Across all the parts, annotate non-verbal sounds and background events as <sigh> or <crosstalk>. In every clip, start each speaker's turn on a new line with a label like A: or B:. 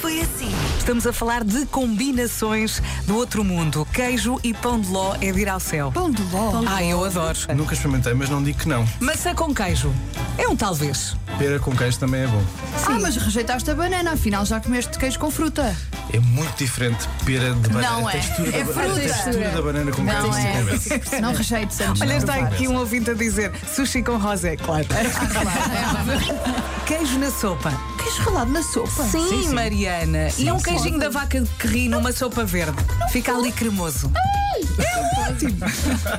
A: foi assim. Estamos a falar de combinações do outro mundo. Queijo e pão de ló é de ir ao céu.
B: Pão de ló.
A: Ah, eu adoro.
C: Nunca experimentei, mas não digo que não.
A: Maçã com queijo. É um talvez.
C: Pera com queijo também é bom.
B: Ah, mas rejeitaste a banana, afinal já comeste queijo com fruta.
C: É muito diferente pera de banana.
B: Não
C: a
B: é.
C: textura,
B: É
C: da, ba-
B: fruta. é.
C: A textura da banana com queijo não se convence.
B: <laughs> Não rejeites antes.
A: Olha,
B: de
A: está
B: provar.
A: aqui um ouvinte a dizer sushi com rosé, claro. <laughs> Queijo na sopa.
B: Queijo ralado na sopa.
D: Sim,
A: Sim, Mariana. e um queijinho da vaca que ri numa sopa verde. Fica ali cremoso. É ótimo.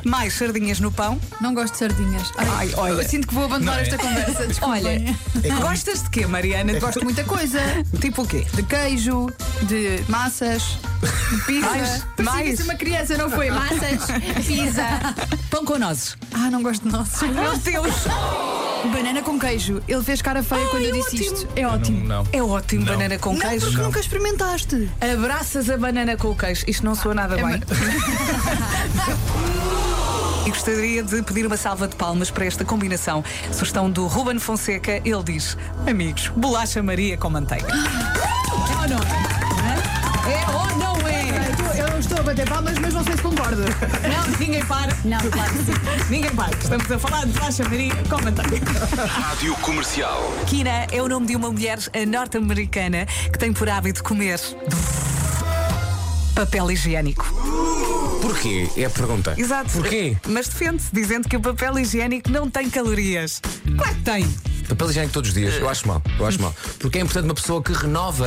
A: Mais sardinhas no pão.
B: Não gosto de sardinhas. Ai,
A: Ai, olha.
B: eu sinto que vou abandonar
C: Não é?
B: esta conversa. Desculpem.
A: Olha, gostas de quê, Mariana?
B: gosto de muita coisa.
A: Tipo o quê?
B: De queijo, de massas, de pizza.
A: Mais,
B: Parecia
A: mais.
B: que disse uma criança, não foi? Massas, <laughs> pizza.
A: Pão com nozes.
B: Ah, não gosto de nossos.
A: Meu Deus!
B: Banana com queijo. Ele fez cara feia quando eu disse isto. É ótimo.
C: Não, não.
A: É ótimo,
C: Não.
A: banana com
B: Não,
A: queijo.
B: porque nunca experimentaste.
A: Abraças a banana com o queijo. Isto não soa
B: É
A: nada bem. <laughs> E gostaria de pedir uma salva de palmas para esta combinação. Sugestão do Ruben Fonseca. Ele diz: Amigos, bolacha Maria com manteiga. É ou não? é? É ou não é?
B: Eu não estou a bater palmas, mas não sei se concordo.
A: Não, ninguém para. Não, claro <laughs> Ninguém para. Estamos a falar de bolacha Maria com manteiga.
E: Rádio Comercial.
A: Kina é o nome de uma mulher eh, norte-americana que tem por hábito comer papel higiênico.
F: Porquê? É a pergunta.
A: Exato.
F: Porquê?
A: Mas defende-se, dizendo que o papel higiênico não tem calorias. Claro que tem.
F: Papel higiênico todos os dias. Eu acho mal. Eu acho mal. Porque é importante uma pessoa que renova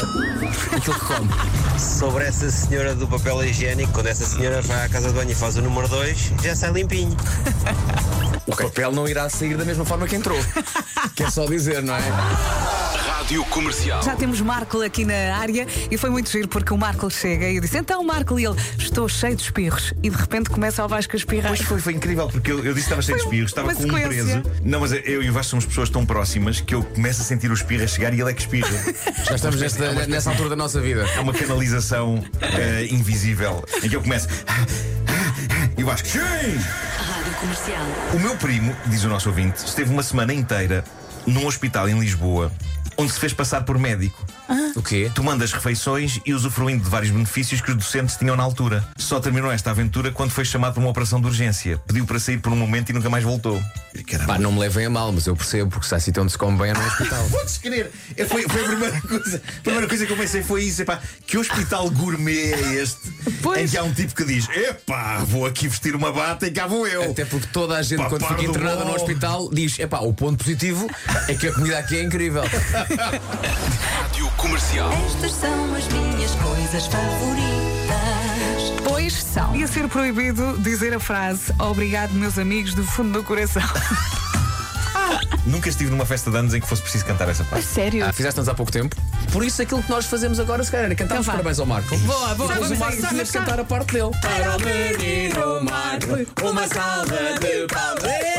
F: aquilo que come.
G: Sobre essa senhora do papel higiênico, quando essa senhora vai à casa de banho e faz o número 2, já sai limpinho.
F: O papel não irá sair da mesma forma que entrou. Quer só dizer, não é?
E: Rádio Comercial.
A: Já temos Marco aqui na área e foi muito giro porque o Marco chega e eu disse: Então, Marco, e ele, estou cheio de espirros. E de repente começa o Vasco a espirrar.
H: Pois foi, foi incrível, porque eu, eu disse que estava cheio de
A: Foi
H: espirros, estava
A: uma
H: com um
A: sequência.
H: preso. Não, mas eu e o Vasco somos pessoas tão próximas que eu começo a sentir o espirro a chegar e ele é que espirra.
A: <laughs>
F: Já estamos nesta- nessa altura da nossa vida.
H: Há uma canalização eh, invisível em que eu começo. E o Vasco. Sim! O meu primo, diz o nosso ouvinte, esteve uma semana inteira num hospital em Lisboa onde se fez passar por médico.
F: O quê?
H: tomando as refeições e usufruindo de vários benefícios que os docentes tinham na altura. Só terminou esta aventura quando foi chamado para uma operação de urgência. Pediu para sair por um momento e nunca mais voltou. Caramba.
F: Pá, não me levem a mal, mas eu percebo, porque se há sítio onde se come bem é num hospital.
H: Podes crer! É, Foi, foi a primeira <laughs> coisa, a primeira coisa que eu pensei foi isso. Epá, que hospital gourmet é este? Em que há um tipo que diz: Epá, vou aqui vestir uma bata e cá vou eu.
F: Até porque toda a gente,
H: Pá,
F: quando fica
H: pardo
F: internada
H: Oh, bom.
F: no hospital, diz: é pá, o ponto positivo é que a comida aqui é incrível.
E: Rádio Comercial.
I: Estas são as minhas coisas favoritas.
A: Pois são. Ia ser proibido dizer a frase: Obrigado, meus amigos, do fundo do coração.
H: Nunca estive numa festa de anos em que fosse preciso cantar essa parte.
B: Sério?
F: Ah, Fizeste-nos há pouco tempo. Por isso, aquilo que nós fazemos agora, se calhar, era cantar os
A: Então vá.
F: parabéns ao Marco.
A: Boa, boa,
F: E depois
A: vamos
F: o
A: a
F: Marco
A: isso,
F: devia
A: vamos cá.
F: cantar a parte dele. Para o menino Marco, uma salva de palmas.
H: <laughs>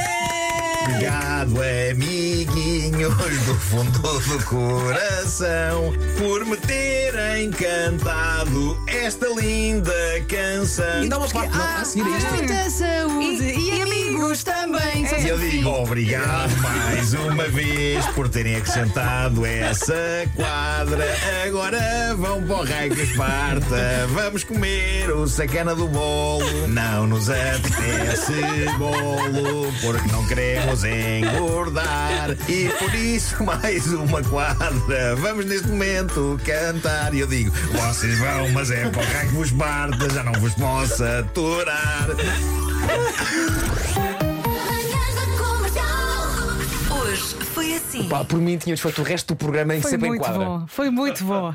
H: Obrigado, amiguinhos do fundo do coração, por me terem cantado esta linda canção.
F: E dá uma
A: Ah,
F: parte não, a seguir a isto.
B: Muita é saúde
A: E-
B: Ah. e, amigos também. É.
H: E eu digo obrigado mais uma vez por terem acrescentado essa quadra. Agora vão para o raio que Esparta. Vamos comer o sacana do bolo. Não nos apetece bolo, porque não queremos engordar. E por isso, mais uma quadra. Vamos neste momento cantar. E eu digo: vocês vão, mas é para o raio que vos Esparta. Já não vos posso aturar.
D: Manhãs da comercial.
I: Hoje foi assim.
F: Pá, por mim tinhas feito o resto do programa em
A: Foi
F: sempre em
A: muito
F: é quadra.
A: bom, foi muito
F: <laughs>
A: bom.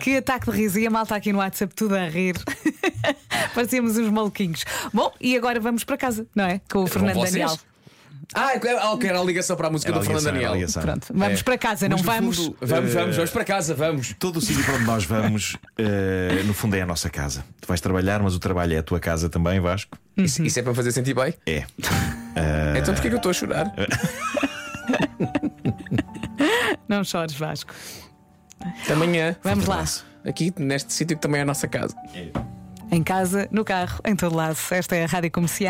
A: Que ataque de riso. E a malta aqui no WhatsApp tudo a rir. <laughs> Parecemos uns maluquinhos. Bom, e agora vamos para casa, não é? Com o Fernando
F: vocês?
A: Daniel.
F: Ah, é- ah, ok, era a ligação para a música
H: Era
F: do
H: a
F: Fernando
H: ligação, era a
F: Daniel.
H: ligação. Eh,
A: Pronto, vamos
F: É.
A: para casa,
F: Mas,
A: não
F: no
A: vamos?
F: fundo, vamos, vamos, vamos para casa, vamos.
H: Todo o sítio para onde nós vamos, eh, no fundo, é a nossa casa. Tu vais trabalhar, mas o trabalho é a tua casa também, Vasco?
F: Isso, isso é para me fazer sentir bem?
H: É. Eh,
F: Então porquê que eu estou a chorar?
A: Não chores, Vasco.
F: Até amanhã.
A: Vamos lá.
F: Aqui, neste sítio que também é a nossa casa.
A: Em casa, no carro, em todo lado. Esta é a Rádio Comercial.